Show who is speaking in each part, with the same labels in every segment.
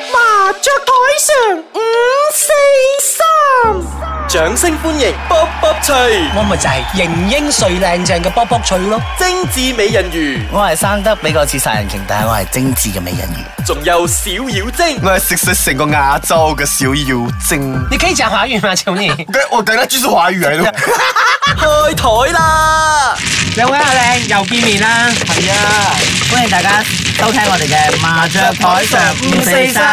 Speaker 1: 雀台上五
Speaker 2: ừ,
Speaker 1: 四三，掌聲歡迎卜卜脆，
Speaker 2: 我咪就係型英帥靚正嘅卜卜脆咯，
Speaker 1: 精致美人魚，
Speaker 2: 我係生得比較似殺人鯨，但係我係精緻嘅美人魚。
Speaker 1: 仲有小妖精，
Speaker 3: 我係食食成個亞洲嘅小妖精。
Speaker 2: 你可以講華語嘛，少 年？
Speaker 3: 我等下專屬華語嚟咯。
Speaker 1: 開台啦！
Speaker 2: 兩位阿靚又見面啦，
Speaker 3: 係啊，
Speaker 2: 歡迎大家收聽我哋嘅麻雀台上五四三。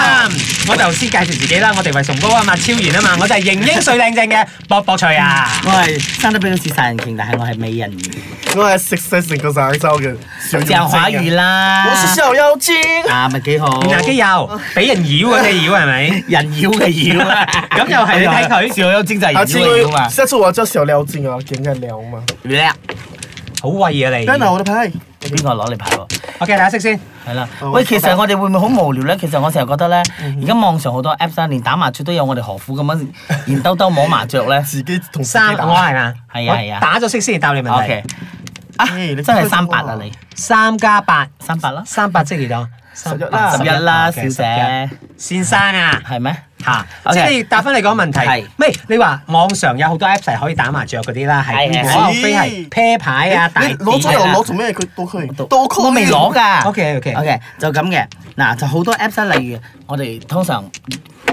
Speaker 2: 我頭先介紹自己啦，我哋為崇高啊嘛，超然啊嘛，我就係型英帥靚正嘅卜卜脆啊。
Speaker 4: 我係生得比較似殺人鯨，但係我係美人魚，
Speaker 3: 我係食食成個亞洲嘅小妖精。
Speaker 4: 就華語啦。
Speaker 3: 小妖精。
Speaker 4: 啊，咪幾好？
Speaker 2: 嗱，基
Speaker 4: Ờ.
Speaker 2: 友俾人妖嗰隻妖係咪？
Speaker 4: 人妖嘅妖 啊，
Speaker 2: 咁又係你 睇佢
Speaker 4: 小妖精就係
Speaker 3: 下
Speaker 4: 人
Speaker 3: 次
Speaker 2: à,
Speaker 4: 妖嘅妖
Speaker 3: 我
Speaker 4: 嘛。
Speaker 3: 下次我叫小妖精啊，點解撩嘛？
Speaker 4: 叻，
Speaker 2: 好威啊你。
Speaker 3: 等下我的牌。
Speaker 4: 邊個攞你牌喎？
Speaker 2: OK，大家識先。
Speaker 4: 係啦，
Speaker 2: 啊
Speaker 3: 哦
Speaker 4: 喂，其實我哋會唔會好無聊咧？其實我成日覺得咧，
Speaker 2: 嗯
Speaker 4: 而家網上好多 apps 啦，連打麻雀都有我哋何苦咁樣現兜兜摸麻雀 咧
Speaker 3: 自己同
Speaker 2: 三我係嘛？
Speaker 4: 係啊係啊
Speaker 2: 我打咗色先答你問題
Speaker 4: ？OK，。啊，
Speaker 3: 咦你
Speaker 4: 真係三八啊你，
Speaker 2: 三加八，
Speaker 4: 三八啦，
Speaker 2: 三八即係幾多？十
Speaker 3: 一啦
Speaker 4: 十一啦，小姐，
Speaker 2: 先生啊，
Speaker 4: 係咩？
Speaker 2: 嚇，
Speaker 4: OK
Speaker 2: 即係答翻你嗰個問題
Speaker 4: 係。
Speaker 2: 咩？你話網上有好多 Apps 係可以打麻雀嗰啲啦，係
Speaker 4: 係係
Speaker 2: 我非係
Speaker 3: 咦
Speaker 2: pair 牌啊、大
Speaker 3: 你攞咗
Speaker 2: 碟
Speaker 3: 又
Speaker 2: 啊
Speaker 3: 攞，做咩？佢都可以，都可以
Speaker 4: 我未攞。㗎。
Speaker 2: OK，OK
Speaker 4: OK，就咁嘅。嗱，就好多 apps 啦，例如我哋通常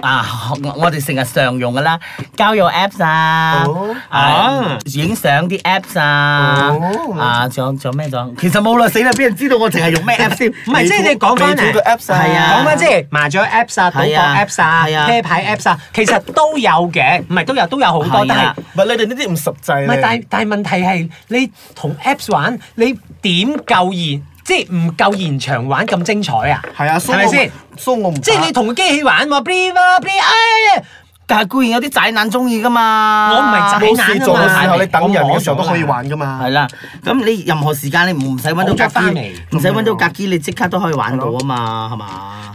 Speaker 4: 啊， 我我哋成日常用㗎啦，交友 apps 啊
Speaker 3: 哦，
Speaker 4: 啊影相啲 apps 啊
Speaker 3: 哦，
Speaker 4: 啊，仲有仲有咩仲有？其實冇啦，死啦，俾人知道我淨係用咩 app 先？
Speaker 2: 唔係即係你講翻
Speaker 3: 美
Speaker 2: 嚟
Speaker 3: 圖嘅 apps 啊
Speaker 4: 係啊
Speaker 2: 講翻即係麻雀 Apps 啊、賭
Speaker 4: 係
Speaker 2: 博
Speaker 4: 啊
Speaker 2: Apps 啊、
Speaker 4: 係啊
Speaker 2: pair 牌 Apps 啊，其實都有嘅，唔係都有都有好多，
Speaker 4: 係
Speaker 2: 但係
Speaker 4: 啊。
Speaker 3: 唔係你哋呢啲唔實際
Speaker 2: 唔
Speaker 3: 咧
Speaker 2: 係，但係但係問題係你同 Apps 玩，你點夠現，即係唔夠現場玩咁精彩啊？
Speaker 3: 係啊，所以
Speaker 2: 係咪
Speaker 3: 我
Speaker 2: 先？
Speaker 3: 所以我唔打。
Speaker 2: 即係你同個機器玩喎，bli 啦 bli，哎，
Speaker 4: 但係固然有啲宅男中意㗎嘛。
Speaker 2: 我唔係宅啊
Speaker 3: 冇事做嘅時候，你等人嘅時候都可以玩㗎嘛。
Speaker 4: 係啦，咁你任何時間你唔唔使揾到
Speaker 2: 好咗
Speaker 4: 格
Speaker 2: 返
Speaker 4: 機
Speaker 2: 嚟，嗯
Speaker 4: 唔使揾到格機，你即刻都可以玩到啊嘛，係嘛？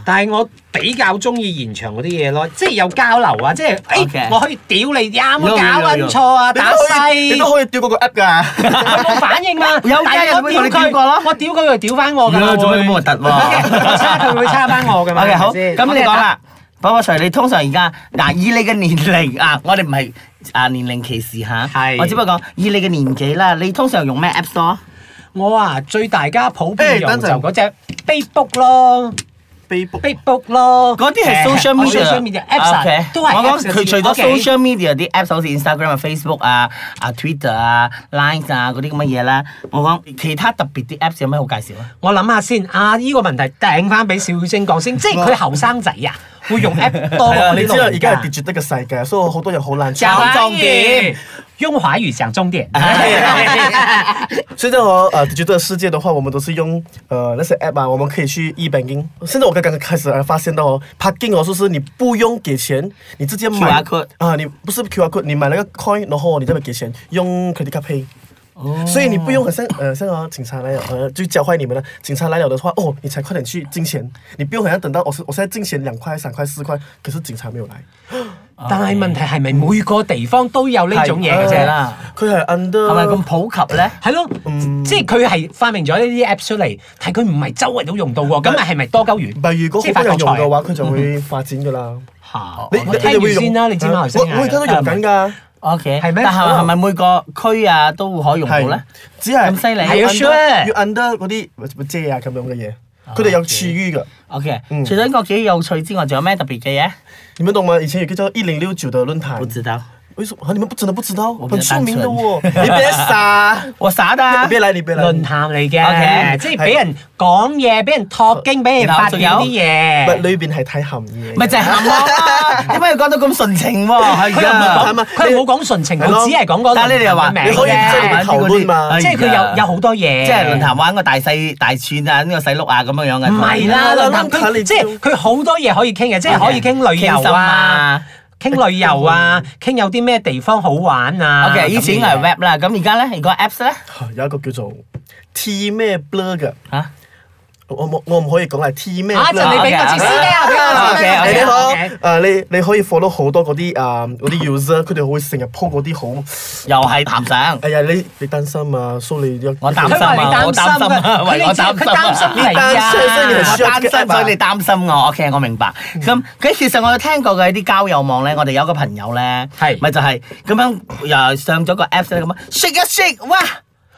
Speaker 2: 但係我比較中意現場嗰啲嘢咯，即係有交流啊，即係誒
Speaker 4: OK
Speaker 2: 我可以屌你啱啊，
Speaker 4: 有
Speaker 2: 搞
Speaker 4: 有有
Speaker 2: 撚錯啊，
Speaker 3: 你都
Speaker 2: 打
Speaker 3: 可以，你都
Speaker 2: 細。
Speaker 3: 可以調嗰個 app 㗎。
Speaker 2: 佢冇反應嘛？
Speaker 4: 有
Speaker 2: 但係
Speaker 4: 嘅
Speaker 2: 我
Speaker 4: 有
Speaker 2: 屌
Speaker 4: 嘅你
Speaker 2: 佢
Speaker 4: 見過啦
Speaker 2: 我屌佢佢就屌翻我㗎啦。
Speaker 4: 你做咩
Speaker 2: 會
Speaker 4: 咁核突喎
Speaker 2: OK，我差佢會差翻我㗎嘛。
Speaker 4: OK，好，
Speaker 2: 係咪先啊
Speaker 4: 咁你講。啦，寶寶 Sir，你通常而家嗱，以你嘅年齡啊，我哋唔係啊年齡歧視嚇，
Speaker 2: 係
Speaker 4: 我只不過講以你嘅年紀啦，你通常用咩 App Store？
Speaker 2: 我啊，最大家普遍
Speaker 3: 誒
Speaker 2: 用
Speaker 3: 等
Speaker 2: 就
Speaker 3: 陣
Speaker 2: 嗰只 Facebook 咯。
Speaker 3: Facebook。哦
Speaker 2: Facebook 咯，
Speaker 4: 嗰 啲係 social
Speaker 2: social
Speaker 4: media
Speaker 2: media apps 啊
Speaker 4: OK，
Speaker 2: 都係
Speaker 4: 我
Speaker 2: apps
Speaker 4: 講
Speaker 2: 嚟
Speaker 4: 佢除咗
Speaker 2: OK
Speaker 4: social media 啲 apps，好似 Instagram 啊、Facebook 啊、啊 Twitter 啊、Line 啊嗰啲咁嘅嘢啦，我講其他特別啲 apps 有咩好介紹啊？
Speaker 2: 我諗下先，啊呢個問題掟翻俾小晶講先，即係佢後生仔啊，會用 app 多過
Speaker 3: 哦係啊，
Speaker 2: 我
Speaker 3: 你
Speaker 2: 哋
Speaker 3: 知
Speaker 2: 老
Speaker 3: 道而
Speaker 2: 人
Speaker 3: 家
Speaker 2: 家
Speaker 3: 係。跌絕得嘅世界，所以好多人好難
Speaker 2: 講
Speaker 3: 抄。
Speaker 2: 重點，用華語講重點。
Speaker 3: 啊現在哦，呃，跌絕的世界的話，我們都是用呃那些 app 啊，我們可以去 e banking。現在我剛剛開始呃發現到哦，parking 哦，就是你不用給錢，你直接買
Speaker 4: QR code
Speaker 3: 啊，你不是 QR code，你買那個 coin，然後你再俾給錢，用 credit card pay。所
Speaker 4: 哦
Speaker 3: 以你不用很像呃像啊警察來了，呃就教壞你們了。警察來了的話，哦，你才快點去進錢，你不用好像等到我是我現在進錢兩塊、三塊、四塊，可是警察沒有來。
Speaker 2: 但係問題係咪每個地方都有呢種嘢嘅
Speaker 4: 係
Speaker 2: 啫？
Speaker 4: 哎啦，
Speaker 3: 佢係啊 under
Speaker 4: 係咪咁普及咧？
Speaker 2: 係咯，
Speaker 3: 嗯
Speaker 2: 即係佢係發明咗呢啲 app 出嚟，但係佢唔係周圍都用到喎，咁咪係咪多鳩
Speaker 3: 唔
Speaker 2: 魚？
Speaker 3: 係，如果
Speaker 2: 即係
Speaker 3: 好
Speaker 2: 發
Speaker 3: 多
Speaker 2: 國
Speaker 3: 人用
Speaker 2: 財
Speaker 3: 嘅話，佢就會發展噶啦。
Speaker 2: 嚇，
Speaker 3: 你啊
Speaker 2: 我聽住先啦，你知馬來西亞
Speaker 3: 我我而家都用緊㗎，
Speaker 4: O K，
Speaker 2: 係咩啊
Speaker 4: 但係係咪每個區啊都可以用到咧？
Speaker 3: 只係
Speaker 4: 咁犀利
Speaker 3: 要
Speaker 2: Are you sure？
Speaker 3: under- 要 under 嗰啲遮啊咁樣嘅嘢，佢哋有區域嘅。
Speaker 4: O K，
Speaker 3: 嗯
Speaker 4: 除咗呢個幾有趣之外，仲有咩特別嘅嘢？
Speaker 3: 你們懂嗎？啊以前有個叫一零六九的論
Speaker 4: 不
Speaker 3: 壇，
Speaker 4: 知道，
Speaker 3: 為什麼？啊你們不真的不知道？
Speaker 4: 我比
Speaker 3: 很
Speaker 4: 較
Speaker 3: 出
Speaker 4: 單純
Speaker 3: 名的喎，你別 傻，
Speaker 4: 我耍得啊
Speaker 3: 你。別來，你別來。
Speaker 2: 論壇嚟
Speaker 4: OK，
Speaker 2: 嘅，即係俾人講嘢，俾人托經，俾人發表啲
Speaker 3: 唔係
Speaker 2: 嘢。
Speaker 3: 裏邊係睇含嘢。
Speaker 4: 咪就係鹹咯， 點解要講到咁純情喎？
Speaker 2: 佢又冇
Speaker 4: 係
Speaker 3: 係
Speaker 2: 講
Speaker 3: 咪，
Speaker 2: 佢又冇講純情，佢
Speaker 3: 係咯
Speaker 2: 只係講嗰個
Speaker 4: 但係你哋又話
Speaker 2: 名
Speaker 3: 你可以
Speaker 2: 啫
Speaker 3: 即係討論嘛
Speaker 4: 哎呀
Speaker 2: 即係佢有有好多嘢。
Speaker 4: 即係論壇玩個大細大串啊，呢個細碌啊咁樣樣嘅。
Speaker 2: 唔係啦，
Speaker 3: 係啦
Speaker 2: 論壇
Speaker 3: 論壇
Speaker 2: 佢
Speaker 3: 你
Speaker 2: 即係佢好多嘢可以傾嘅，即係可以傾旅遊啊，傾旅遊啊，傾有啲咩地方好玩啊。
Speaker 4: OK，以前係
Speaker 2: 咁樣
Speaker 4: rap 啦，咁而家咧，而家 apps 咧
Speaker 3: 有一個叫做 T 咩 blur 嘅，
Speaker 4: 嚇，
Speaker 3: 我冇我唔可以講係 T 咩
Speaker 2: 啊一陣
Speaker 3: 啦
Speaker 2: 你。俾個字
Speaker 4: OK，OK，
Speaker 2: 師姐啊，俾我
Speaker 4: 啊
Speaker 2: 啦
Speaker 4: OK，OK，
Speaker 3: 你
Speaker 2: 俾
Speaker 3: 好，
Speaker 2: 我啦
Speaker 3: 誒你你可以 follow 好多嗰啲誒嗰啲 user，佢哋會成日 po 嗰啲好，
Speaker 4: 又係談上，
Speaker 3: 哎呀你你擔心啊，所以你
Speaker 4: 我擔
Speaker 2: 佢
Speaker 4: 心
Speaker 2: 話你
Speaker 4: 啊，我擔心啊，
Speaker 2: 擔心㗎
Speaker 4: 喂，我擔心
Speaker 2: 佢擔心
Speaker 4: 啊
Speaker 2: 呢。係
Speaker 3: 單
Speaker 2: 啊
Speaker 3: 身所以你係
Speaker 4: 我
Speaker 3: 需要
Speaker 4: 單
Speaker 3: 嘅
Speaker 4: 身，
Speaker 3: 嘛
Speaker 4: 所以你擔心我。OK，我明白。咁佢其實我有聽過嘅啲交友網咧，我哋有一個朋友咧，
Speaker 2: 係
Speaker 4: 咪就係咁樣又上咗個 Apps 咧，咁樣 shake 一 shake，哇！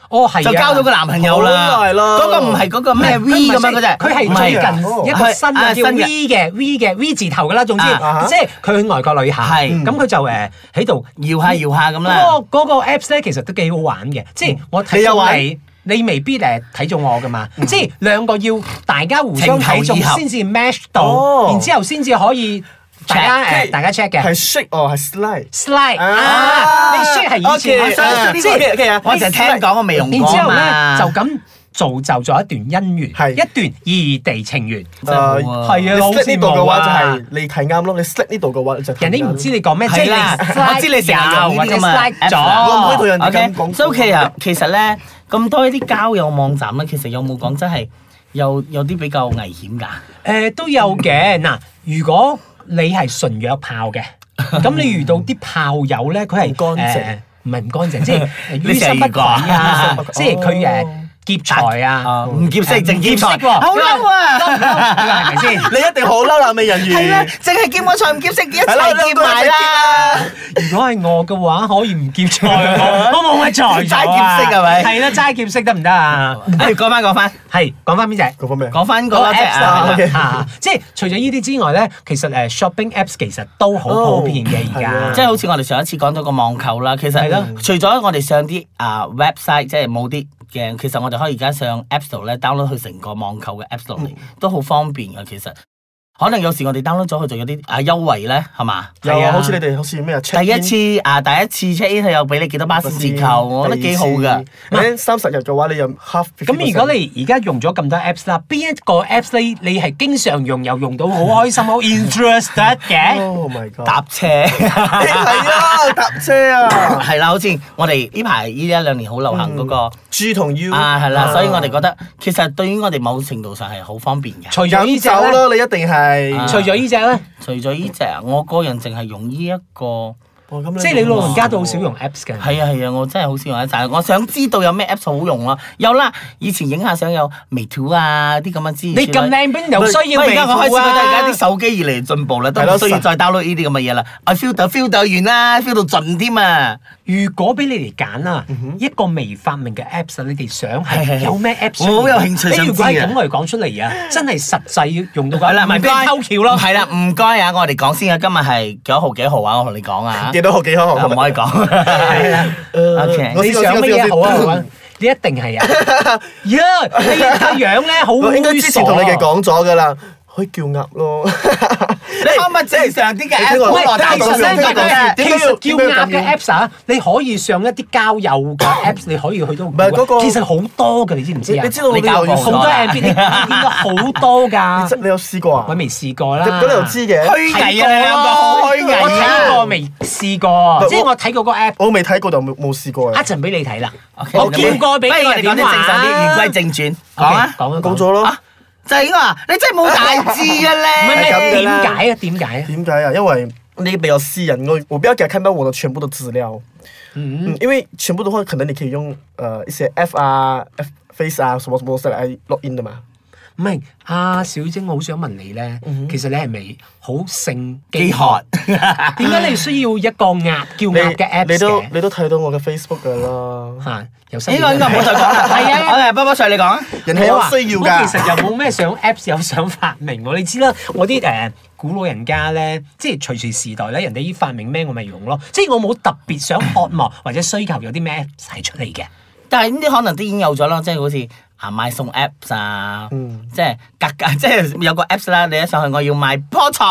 Speaker 2: 哦係啊
Speaker 4: 就交咗個男朋友啦，
Speaker 3: 好耐啦
Speaker 4: 嗰個唔係嗰個咩 V 咁樣嗰隻，
Speaker 2: 佢係
Speaker 4: 唔
Speaker 2: 最
Speaker 3: 㗎
Speaker 2: 近一個新
Speaker 4: 係啊
Speaker 2: 嘅叫
Speaker 4: 新
Speaker 2: V
Speaker 4: 嘅
Speaker 2: 嘅 V 嘅 V 字頭噶啦，總之
Speaker 3: 啊
Speaker 2: 即係佢去外國旅行，
Speaker 4: 係嗯
Speaker 2: 咁佢就誒喺度
Speaker 4: 搖下搖下咁啦
Speaker 2: 嗰。個嗰個 apps 咧，其實都幾好玩嘅，即係
Speaker 4: 嗯
Speaker 2: 我睇
Speaker 3: 你有
Speaker 2: 中
Speaker 3: 玩
Speaker 2: 你。你未必誒睇中我噶嘛，即係兩個要大家互相睇中
Speaker 4: 嗯情投意合
Speaker 2: 先至 match 到
Speaker 3: 哦，
Speaker 2: 然之後先至可以大家呃
Speaker 4: Check
Speaker 2: 誒大家 check
Speaker 3: 係
Speaker 2: 嘅
Speaker 3: shake 哦係 slide。
Speaker 2: slide 啊，你 share 係以前
Speaker 4: Ờ,
Speaker 3: Ờ, OK，
Speaker 2: 我相信
Speaker 3: 啊
Speaker 2: 呢個
Speaker 3: OK，OK 啊
Speaker 4: 我就係聽講個美容
Speaker 2: 然
Speaker 4: 哥
Speaker 2: 之後咧
Speaker 4: 嘛，
Speaker 2: 就咁造就咗一段姻緣，
Speaker 3: 係
Speaker 2: 一段異地情緣。
Speaker 4: 真
Speaker 3: Ờ,
Speaker 4: 係好啊
Speaker 2: 係
Speaker 3: 你
Speaker 2: 啊好
Speaker 3: slide 呢
Speaker 2: 羨
Speaker 3: 度
Speaker 2: 慕
Speaker 3: 嘅話
Speaker 2: 啊
Speaker 3: 就係你睇啱咯，你 slide 呢度嘅話就睇
Speaker 2: 人哋唔知你講咩，即
Speaker 4: 係
Speaker 2: 係
Speaker 4: 啦，
Speaker 2: 你 slide
Speaker 4: 我知你成
Speaker 3: Dạ,
Speaker 4: 日用呢
Speaker 2: 或者
Speaker 4: 啲嘛
Speaker 2: slide 咗，
Speaker 3: 我唔可以同人哋咁
Speaker 4: OK，
Speaker 3: 講
Speaker 4: 所以其實其實咧咁多呢啲交友網站咧，其實有冇講真係有有啲比較危險㗎？
Speaker 2: 誒都有嘅。嗱，如果你係純約炮 嘅，咁你遇到啲炮友咧，佢係
Speaker 3: 唔乾淨
Speaker 2: 誒唔係唔乾淨，即係於
Speaker 4: 你成
Speaker 2: 心
Speaker 4: 日
Speaker 2: 不
Speaker 4: 遇過啊
Speaker 2: 軌啊
Speaker 3: 於心不，軌
Speaker 2: 即係佢誒劫財
Speaker 3: Ờ,
Speaker 2: 啊，
Speaker 4: 唔劫色，淨劫
Speaker 2: 色
Speaker 4: 財，
Speaker 2: 喎
Speaker 4: 好嬲
Speaker 3: Dạ.
Speaker 2: 嬲唔嬲
Speaker 4: 啊！
Speaker 2: 係咪先？
Speaker 3: 你一定好嬲啦，美人魚。
Speaker 4: 係啦，淨係劫我財唔劫色，一
Speaker 3: 係啦，
Speaker 4: 齊劫埋啦！
Speaker 3: 啦。
Speaker 2: 如果係我嘅話，可以唔劫 財啊，我我冇乜財咗啊
Speaker 4: 齋劫色係咪
Speaker 2: 係啦，齋劫色得唔得啊？
Speaker 4: 誒，講翻講翻
Speaker 2: 係講翻邊隻？
Speaker 3: 講翻咩？
Speaker 4: 講翻嗰
Speaker 2: 嗰
Speaker 4: 個
Speaker 2: 個
Speaker 4: apps
Speaker 2: apps
Speaker 4: 啊
Speaker 2: 啦，
Speaker 3: OK
Speaker 2: 係啦即係除咗呢啲之外咧，其實誒 shopping apps 其實都好普遍嘅而
Speaker 3: 哦係啊
Speaker 2: 家，
Speaker 4: 即係好似我哋上一次講到個網購啦，其
Speaker 2: 嗯
Speaker 4: 實
Speaker 2: 係咯
Speaker 4: 除咗我哋上啲啊 website 即係冇啲嘅，其實我哋可以而家上 App Store 咧 download 去成個網購嘅 App Store
Speaker 2: 嗯
Speaker 4: 嚟，都好方便嘅其實。可能有時我哋 download 咗佢仲有啲啊優惠咧，係嘛？
Speaker 3: 有
Speaker 2: 係啊
Speaker 3: 啊，好似你哋好似咩啊？
Speaker 4: 第一次啊，第一次 check in 佢又俾你幾多巴士折扣，我覺得幾好㗎。。
Speaker 3: 誒，三十日嘅話，你有 um, half。
Speaker 2: 咁如果你而家用咗咁多 apps 啦，邊一個 apps 咧你係經常用又用到好開 心好 interested 嘅？
Speaker 3: Oh my god！
Speaker 4: 搭 車
Speaker 3: 係啊，搭車啊
Speaker 4: 係啦，好似我哋呢排呢一兩年好流行嗰個
Speaker 3: ，G 同 U
Speaker 4: 啊，係
Speaker 3: Ờ.
Speaker 4: 啦，所以我哋覺得其實對於我哋某程度上係好方便嘅。
Speaker 2: 除咗呢
Speaker 3: 飲
Speaker 2: 只
Speaker 3: 酒
Speaker 2: 咧，
Speaker 3: 咯，你一定
Speaker 4: 啊
Speaker 3: 係。
Speaker 2: 除咗呢只咧，
Speaker 4: 除咗呢只，我個人淨係用呢一個，
Speaker 3: 哦咁
Speaker 2: 即係你老人家都好少用 apps 嘅。
Speaker 4: 係啊係啊，我真係好少用一但係我想知道有咩 app 好用咯。有啦，以前影下相有微圖啊啲咁嘅資料。
Speaker 2: 你咁靚邊有需要
Speaker 4: 不過而家我開
Speaker 2: 微
Speaker 4: 始
Speaker 2: 圖
Speaker 4: 覺得而家
Speaker 2: 啊
Speaker 4: 啲？手機越嚟越進步啦，都
Speaker 3: 係
Speaker 4: 唔
Speaker 3: 咯
Speaker 4: 需要再 download 呢啲咁嘅嘢啦。我 feel 到 feel 到完啦，feel 到盡添啊！
Speaker 2: 如果俾你嚟揀啦，一個未發明嘅 apps，你哋想
Speaker 4: 係係
Speaker 2: 係有咩 apps？
Speaker 4: 我好有興趣
Speaker 2: 你
Speaker 4: 想
Speaker 2: 如果
Speaker 4: 知
Speaker 2: 係
Speaker 4: 啊
Speaker 2: 咁嚟講出 嚟啊，真係實際用到嘅，
Speaker 4: 係啦，
Speaker 2: 咪
Speaker 4: 唔
Speaker 2: 俾
Speaker 4: 該
Speaker 2: 人偷橋咯。
Speaker 4: 係啦，唔該啊，我哋講先啊，今日係幾多號幾號啊？我同你講啊，
Speaker 3: 幾多號幾多
Speaker 4: 啊
Speaker 3: 號？
Speaker 4: 唔可以講。
Speaker 2: 係啦，
Speaker 4: OK，
Speaker 3: 我
Speaker 2: 你
Speaker 3: 先
Speaker 2: 想乜嘢 好啊？好啊，你一定係啊！呀，你個樣咧好
Speaker 3: 我應該
Speaker 2: 猥
Speaker 3: 之前
Speaker 2: 瑣
Speaker 3: 同你哋
Speaker 2: 啊！
Speaker 3: 講咗㗎啦，可以叫鴨 咯。
Speaker 4: 你可唔可以正常啲嘅
Speaker 3: 你聽我
Speaker 4: app
Speaker 2: 喂，
Speaker 3: 講
Speaker 4: 幫
Speaker 2: 其
Speaker 4: 我
Speaker 2: 實
Speaker 4: 打廣告
Speaker 2: 咧
Speaker 4: 嘅，
Speaker 2: 其
Speaker 3: 點解
Speaker 2: 實
Speaker 3: 要
Speaker 2: 叫
Speaker 3: 點解
Speaker 2: 鴨
Speaker 3: 要咁
Speaker 2: 嘅
Speaker 3: 樣
Speaker 2: apps 啊，你可以上一啲交友 嘅 apps，你可以去到。唔
Speaker 3: 係嗰個
Speaker 2: 其實好多嘅，你知唔知啊？
Speaker 3: 你知道我哋
Speaker 4: 教
Speaker 3: 留意
Speaker 4: 我
Speaker 2: 好
Speaker 3: 數
Speaker 2: 多
Speaker 4: 啊
Speaker 2: app，你見到好多㗎。
Speaker 3: 你有試過啊？
Speaker 2: 我未試過啦。
Speaker 3: 咁你又知嘅。
Speaker 4: 虛偽啊，你兩個好虛
Speaker 2: 我
Speaker 4: 偽
Speaker 2: 睇過
Speaker 4: 啊！
Speaker 2: 未試過，即係我睇過個 app，
Speaker 3: 我未睇過就冇冇試過
Speaker 2: 一
Speaker 3: 啊！
Speaker 2: 陣俾你睇啦。
Speaker 4: OK，
Speaker 2: 我叫過俾
Speaker 4: 不如
Speaker 2: 你
Speaker 4: 我哋講啲正常啲，言歸正傳，講啊，
Speaker 2: 講啊
Speaker 3: 講咗咯，
Speaker 4: 就係我話你真係冇大志
Speaker 2: 唔
Speaker 4: 嘅
Speaker 2: 係
Speaker 4: 咧。
Speaker 2: 你點解啊？點解啊？
Speaker 3: 點解啊？因為你比較私人，我我不要給他看到我的全部的資料。嗯，因為全部的話，可能你可以用呃一些 F 啊、F Face 啊什麼什麼來 log in 的嘛。
Speaker 2: 唔係，阿小晶，我好想問你咧，
Speaker 4: Ừ.
Speaker 2: 其實你係咪好性
Speaker 4: 飢渴？
Speaker 2: 點解你需要一個鴨叫
Speaker 3: 你
Speaker 2: 鴨嘅啊 apps
Speaker 3: 你都
Speaker 2: 嘅？
Speaker 3: 你都睇到我嘅 Facebook 噶啦，
Speaker 2: 嚇，有新
Speaker 4: 呢個應該唔好再講啦。 係啊，我哋波波帥你講啊。
Speaker 3: 人係有需要
Speaker 2: 我
Speaker 3: 㗎。
Speaker 2: 其實又冇咩想 Apps 有想發明喎，你知啦，我啲誒、呃古老人家咧，即係隨時時代咧，人哋發明咩我咪用咯，即係我冇特別想渴望或者需求有啲咩 Apps 係出嚟嘅。
Speaker 4: 但係呢啲可能都已經有咗啦，即係好似啊買餸 apps 啊，即係格 價，即係有個 apps 啦，你一上去我要買菠菜，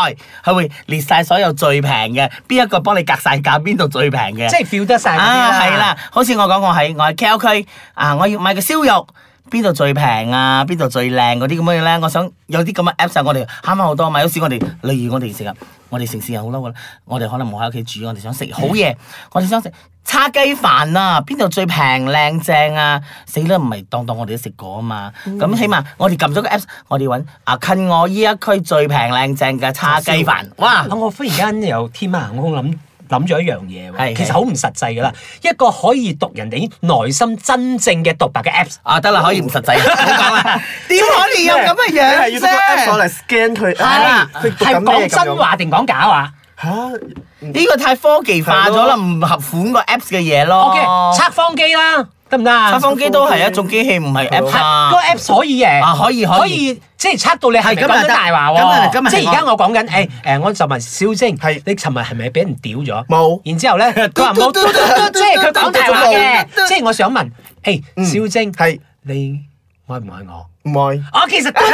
Speaker 4: 佢會列晒所有最平嘅，邊一個幫你格晒價，邊度最平嘅，
Speaker 2: 即係 feel 得晒嗰啲
Speaker 4: 啊係啦，好似我講我喺我喺 KL 啊區啊，我要買個燒肉。邊度最平啊，邊度最靚嗰啲咁樣咧。我想有啲咁嘅 Apps 啊，我哋慳翻好多嘛。有時我哋例如我哋成日，我哋城市人好嬲噶啦，我哋可能冇喺屋企煮，我哋想食好嘢，我哋想食。叉雞飯啊，邊度最平靚正啊？死啦，唔係當當我哋都食過啊嘛。咁、起碼我哋撳咗個 Apps，我哋揾啊近我依一區最平靚正嘅叉雞飯，哇！
Speaker 2: 啊！我忽然間又天馬行空諗諗咗一樣嘢喎，
Speaker 4: 係
Speaker 2: 其實
Speaker 4: 係
Speaker 2: 好唔實際噶啦，一個可以讀人哋內心真正嘅獨白嘅 Apps。
Speaker 4: 啊，得啦，可以唔 實際，唔好講啦。點可以有咁嘅
Speaker 3: 係
Speaker 4: 樣
Speaker 3: 要通過 app
Speaker 4: 啫？
Speaker 3: 嚟 scan À, 佢，
Speaker 4: 係啦
Speaker 3: 佢讀緊
Speaker 2: 係
Speaker 3: 咩
Speaker 2: 講
Speaker 3: 咁
Speaker 2: 真
Speaker 3: 樣？
Speaker 2: 話定講假話
Speaker 3: 嚇，
Speaker 4: 呢個太科技化咗啦，唔合款個 Apps 嘅嘢咯。
Speaker 2: ？OK，測
Speaker 3: 哦
Speaker 2: 謊機啦，得唔得啊？
Speaker 4: 測謊機都係一種機器，唔係 Apps
Speaker 2: 係
Speaker 4: 啊
Speaker 2: 個。Apps 可以嘅，
Speaker 4: 啊可以可以
Speaker 2: 即係測到你係
Speaker 4: 係今日
Speaker 2: 講緊
Speaker 4: 得
Speaker 2: 大話
Speaker 4: 今日
Speaker 2: 喎。
Speaker 4: 今日
Speaker 2: 即係
Speaker 4: 係
Speaker 2: 而家我講緊，誒誒，我就問小晶
Speaker 3: 係，
Speaker 2: 你尋日係咪俾人屌咗？
Speaker 3: 冇
Speaker 2: 然之後咧，佢話冇，
Speaker 4: 嘟嘟嘟嘟
Speaker 2: 即係佢講大話嘅
Speaker 4: 嘟嘟嘟。
Speaker 2: 即係我想問，誒，
Speaker 3: 嗯
Speaker 2: 小晶，
Speaker 3: 係
Speaker 2: 你愛唔愛我？
Speaker 3: 唔愛。
Speaker 2: 我其實都係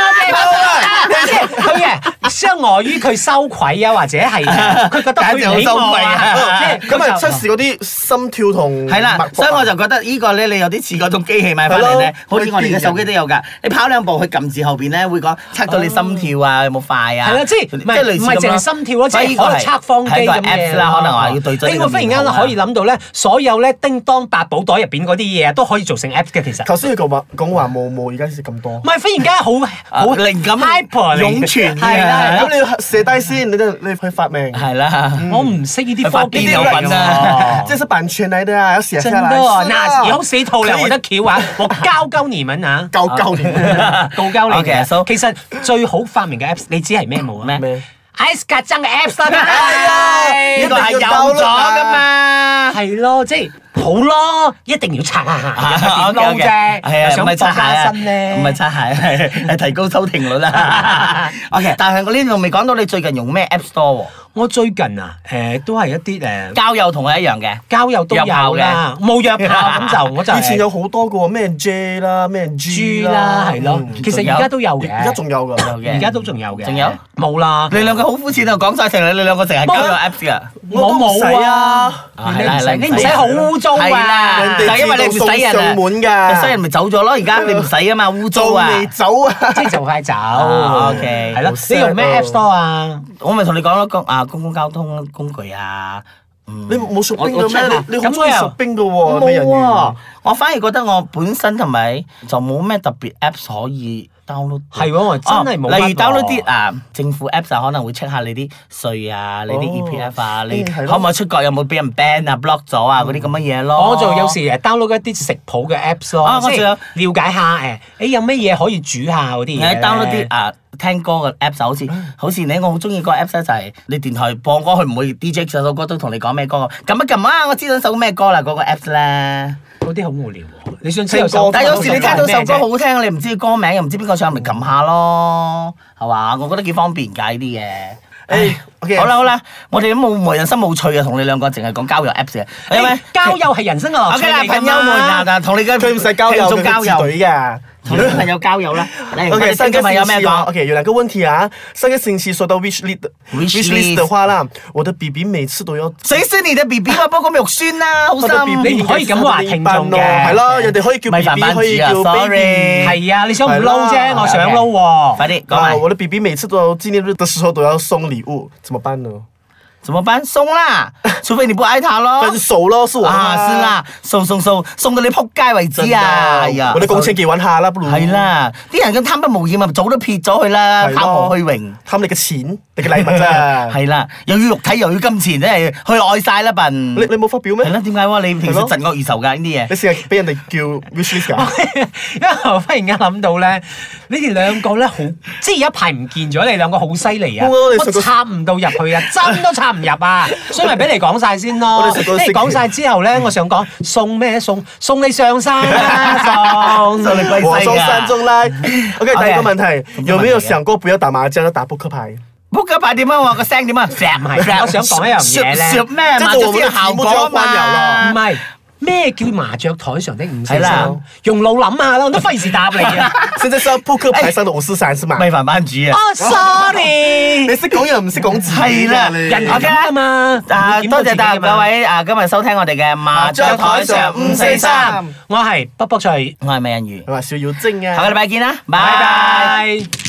Speaker 2: 我嘅，即係佢嘅相礙於佢羞愧啊，或者係佢覺得佢唔起我啊，即係
Speaker 3: 咁咪
Speaker 2: 佢就
Speaker 3: 測試嗰啲心跳同
Speaker 4: 係啦
Speaker 3: 脈，搏
Speaker 4: 所以我就覺得呢個咧，你有啲似嗰種機器買翻嚟咧，好似我哋嘅手機都有㗎。你跑兩步，佢撳字後邊咧會講測到你心跳啊，有冇快啊？
Speaker 2: 係啦，即係唔係唔係淨係心跳咯，即係可能測方機
Speaker 4: 係
Speaker 2: 咁
Speaker 4: 一個 Apps
Speaker 2: 嘅
Speaker 4: 啦，可能話要對準你
Speaker 2: 誒
Speaker 4: 個
Speaker 2: 我忽然
Speaker 4: 面
Speaker 2: 間
Speaker 4: 孔啊
Speaker 2: 可以諗到咧，所有咧叮當百寶袋入邊嗰啲嘢都可以做成 Apps 嘅，其實。
Speaker 3: 頭先佢講話講話冇冇，而家先咁多
Speaker 2: 唔。係，忽然間 好好
Speaker 4: 靈感
Speaker 2: hyper 嚟嘅
Speaker 4: 湧泉
Speaker 2: 係啦。
Speaker 3: 咁你要寫低先，你就你去發明。
Speaker 4: 係 啦。
Speaker 2: 我唔識呢啲科技
Speaker 4: 呢
Speaker 2: 嚟㗎
Speaker 4: 啲有品啊
Speaker 2: 喎
Speaker 3: 这是版權來的啊，要寫
Speaker 2: 真
Speaker 3: 下
Speaker 2: 的
Speaker 3: 來。
Speaker 2: 哦，
Speaker 3: 是
Speaker 2: 那以後死透了，
Speaker 3: 可以
Speaker 2: 我的 Q 啊，我教教你們啊，
Speaker 3: 搞搞你。
Speaker 2: 告教你
Speaker 4: Okay,
Speaker 2: 嘅。
Speaker 4: so-
Speaker 2: 其實最好發明嘅 apps，你知係咩冇啊？
Speaker 4: 咩
Speaker 3: 咩
Speaker 2: Ice 格爭嘅 apps 啦，
Speaker 3: 啊
Speaker 4: 呢個係有咗㗎嘛。
Speaker 2: 係咯，即係好咯，一定要擦下下，
Speaker 4: 啊
Speaker 2: 有乜點撈
Speaker 4: 係
Speaker 2: 啫？
Speaker 4: 啊，
Speaker 2: 又
Speaker 4: 唔
Speaker 2: 想
Speaker 4: 係擦
Speaker 2: 放
Speaker 4: 鞋
Speaker 2: 下
Speaker 4: 啊，
Speaker 2: 身咧，
Speaker 4: 唔係擦鞋， 係係提高收聽率啦。OK，但係我呢度未講到你最近用咩 App Store à? 喎？
Speaker 2: 我最近啊，誒都係一啲誒
Speaker 4: 交友同我一樣嘅，
Speaker 2: 交友都有啦，冇約炮咁就我就係
Speaker 3: 以前有好多個喎咩 J 啦，咩 G Ừ.
Speaker 2: 豬啦，係咯
Speaker 3: 嗯，
Speaker 2: 其實而家都有嘅，
Speaker 3: 而家仲有㗎。
Speaker 4: 有嘅。
Speaker 2: 而家都仲有嘅，
Speaker 4: 仲有
Speaker 2: 冇啦？
Speaker 4: 你兩個好膚淺啊！講晒成日你兩個成日交友 Apps 㗎。
Speaker 2: 我冇啊，
Speaker 4: 啊係啦係啦
Speaker 2: 你唔使好污糟
Speaker 4: 係
Speaker 2: 啊
Speaker 4: 啦！
Speaker 3: 人
Speaker 4: 就
Speaker 3: 哋
Speaker 4: 係因為你唔使人啊
Speaker 3: 自動送上門㗎
Speaker 4: 所以人咪走咗咯。而家你唔使啊嘛，污糟
Speaker 3: 仲
Speaker 4: 啊！
Speaker 3: 未走啊！
Speaker 2: 即係就快走
Speaker 4: 啊，OK，
Speaker 2: 係咯
Speaker 3: 好。sad
Speaker 2: 你用咩
Speaker 3: 啊
Speaker 2: App Store 啊？
Speaker 4: 我咪同你講咯，公啊公共交通工具啊，嗯
Speaker 3: 你冇熟冰
Speaker 4: 我我
Speaker 3: 嘅
Speaker 4: 真係
Speaker 3: 咩？你你好中
Speaker 2: 咁我
Speaker 4: à?
Speaker 3: 意
Speaker 2: 又
Speaker 3: 熟冰嘅喎，美人
Speaker 4: 冇
Speaker 3: 魚
Speaker 4: 啊。！我反而覺得我本身同埋就冇咩特別 Apps 可以 download 到。
Speaker 2: 係喎我真係冇乜
Speaker 4: 哦例如
Speaker 2: 喎
Speaker 4: download 啲啊政府 Apps 啊，可能會 check 下你啲税啊，你啲
Speaker 3: 哦
Speaker 4: EPF 啊，你
Speaker 3: 嗯係咯
Speaker 4: 可唔可以出國，有冇俾人 ban 啊 block 咗啊嗰啲咁嘅嘢咯。
Speaker 2: 嗯哦我就有時誒 download 一啲食譜嘅 Apps 咯
Speaker 4: 啊，我
Speaker 2: 即係
Speaker 4: 仲
Speaker 2: 了解下誒，誒有咩嘢可以煮下嗰啲嘢
Speaker 4: 你
Speaker 2: 咧。
Speaker 4: download 啲啊聽歌嘅 apps 啊好似
Speaker 2: 嗯
Speaker 4: 好似你我好中意嗰個 apps 咧就係你電台播歌，佢唔會 DJ 首首歌都同你講咩歌，撳一撳啊，我知道首咩歌啦嗰個 apps 咧。
Speaker 2: 嗰啲好無聊喎。你想知道首歌
Speaker 3: 聽歌
Speaker 4: 但係有時你聽到
Speaker 2: 咩啫
Speaker 4: 首歌好聽，你唔知歌名又唔知邊個唱，咪撳下咯，係嘛？我覺得幾方便㗎呢啲嘢。
Speaker 3: 誒，OK，
Speaker 4: 好啦好啦，我哋都冇冇人生冇趣啊，同你兩個淨係講交友 apps 嘅，係咪
Speaker 2: 誒？交友係人生嘅樂
Speaker 4: O
Speaker 2: 趣
Speaker 4: K 啦，
Speaker 2: 嚟㗎嘛
Speaker 4: 朋友們啊，嗱同你嘅
Speaker 3: 佢唔使交友，
Speaker 4: 聽眾交
Speaker 3: 佢自
Speaker 4: 友，
Speaker 3: 隊㗎。
Speaker 4: 同你嘅朋友交友 啦。嚟我
Speaker 3: OK，
Speaker 4: 哋
Speaker 3: 上
Speaker 4: 聽
Speaker 3: 个
Speaker 4: 眾朋友
Speaker 3: 星
Speaker 4: 咩
Speaker 3: 期啊
Speaker 4: 講？
Speaker 3: ，OK，有两个问题啊。上个星期说到 wish list 的
Speaker 4: Wish list
Speaker 3: 的话啦，我的 BB 每次都要。
Speaker 4: 谁是你的 B B 啊？煲咁肉酸啦，好
Speaker 3: 我的 BB
Speaker 4: 心。
Speaker 2: 你唔可以咁話聽眾嘅
Speaker 3: 係咯，人哋可以叫
Speaker 4: 咪凡
Speaker 3: BB，
Speaker 4: 凡
Speaker 3: 可以
Speaker 4: 子啊
Speaker 3: 叫
Speaker 4: sorry
Speaker 3: baby。
Speaker 2: 係啊，你想唔撈
Speaker 3: 係
Speaker 2: 啫？
Speaker 3: 啦
Speaker 2: 我想撈
Speaker 4: 快
Speaker 2: 喎。
Speaker 4: 啲講
Speaker 3: 啊，
Speaker 4: 埋
Speaker 3: 我，的 BB 每次都纪念日的时候都要送礼物，怎么办呢？
Speaker 4: 怎麼辦？送啦，除非你不愛他咯。
Speaker 3: 分手咯，是我
Speaker 4: 啊，是啦，送送送，送到你撲街為
Speaker 3: 真
Speaker 4: 止
Speaker 3: 的
Speaker 4: 啊！哎呀，
Speaker 3: 我的工錢給完他啦，不如
Speaker 4: 係，啦，啲人咁貪得無厭啊，早都撇咗佢啦，
Speaker 3: 係咯
Speaker 4: 貪慕虛榮。
Speaker 3: 貪你嘅錢，你嘅禮物咋？
Speaker 4: 係啦，又要肉體又要金錢，真係去愛晒啦笨。
Speaker 3: 你你冇發表咩
Speaker 4: 係？啦，點解喎？你平時
Speaker 3: 係咯
Speaker 4: 嫉惡如仇㗎呢啲
Speaker 3: 你
Speaker 4: 嘢？
Speaker 3: 成日俾人哋叫 wish list 㗎？
Speaker 2: 因為我忽然間諗到咧，你哋兩個咧好，即係有一排唔見咗，你兩個好犀利啊！
Speaker 3: 我我哋
Speaker 2: 我
Speaker 3: 上個
Speaker 2: 插唔到入去 啊，針都插唔入啊，所以咪俾你講晒先咯。
Speaker 3: 我哋上個星期
Speaker 2: 你講晒之後咧，我想講送咩送送你上山 啦，送
Speaker 4: 送你歸
Speaker 3: 我
Speaker 4: 西
Speaker 3: 中
Speaker 4: 啊
Speaker 3: 山中啦。OK，
Speaker 4: OK
Speaker 3: 第一個問題，有沒有想過不要打麻將，要打撲克牌？
Speaker 4: 撲街牌點啊？我個聲點啊？石唔
Speaker 2: 係我想講一樣嘢咧
Speaker 4: 咩？
Speaker 3: 即係
Speaker 4: 麻
Speaker 3: 做
Speaker 4: 雀先
Speaker 3: 我們的
Speaker 4: 有效
Speaker 3: 題目
Speaker 4: 果啊
Speaker 3: 就要關掉
Speaker 4: 嘛
Speaker 2: 唔。
Speaker 3: 咯
Speaker 2: 係咩叫麻雀台上的五四
Speaker 4: 係啦
Speaker 2: 三？用腦諗下啦，我都 費事答你啊！
Speaker 3: 現在是要撲克牌上的五四三是嘛？
Speaker 4: 咪煩班主啊
Speaker 2: 哦！
Speaker 3: 你
Speaker 2: sorry，
Speaker 3: 識講又唔識講字，
Speaker 4: 係啦
Speaker 3: 你
Speaker 2: 人係
Speaker 4: OK
Speaker 2: 咁噶嘛？
Speaker 4: 啊，
Speaker 2: 會檢討
Speaker 4: 多
Speaker 2: 自
Speaker 4: 謝
Speaker 2: 己
Speaker 4: 大
Speaker 2: 㗎
Speaker 4: 家
Speaker 2: 嘛
Speaker 4: 各。位啊，今日收聽我哋嘅麻雀台上五四三，
Speaker 2: 我係卜卜脆，
Speaker 4: 我係美人魚，
Speaker 3: 係嘛？小妖精啊！
Speaker 4: 下個禮拜見啦，拜
Speaker 2: 拜
Speaker 4: 拜。
Speaker 2: 拜。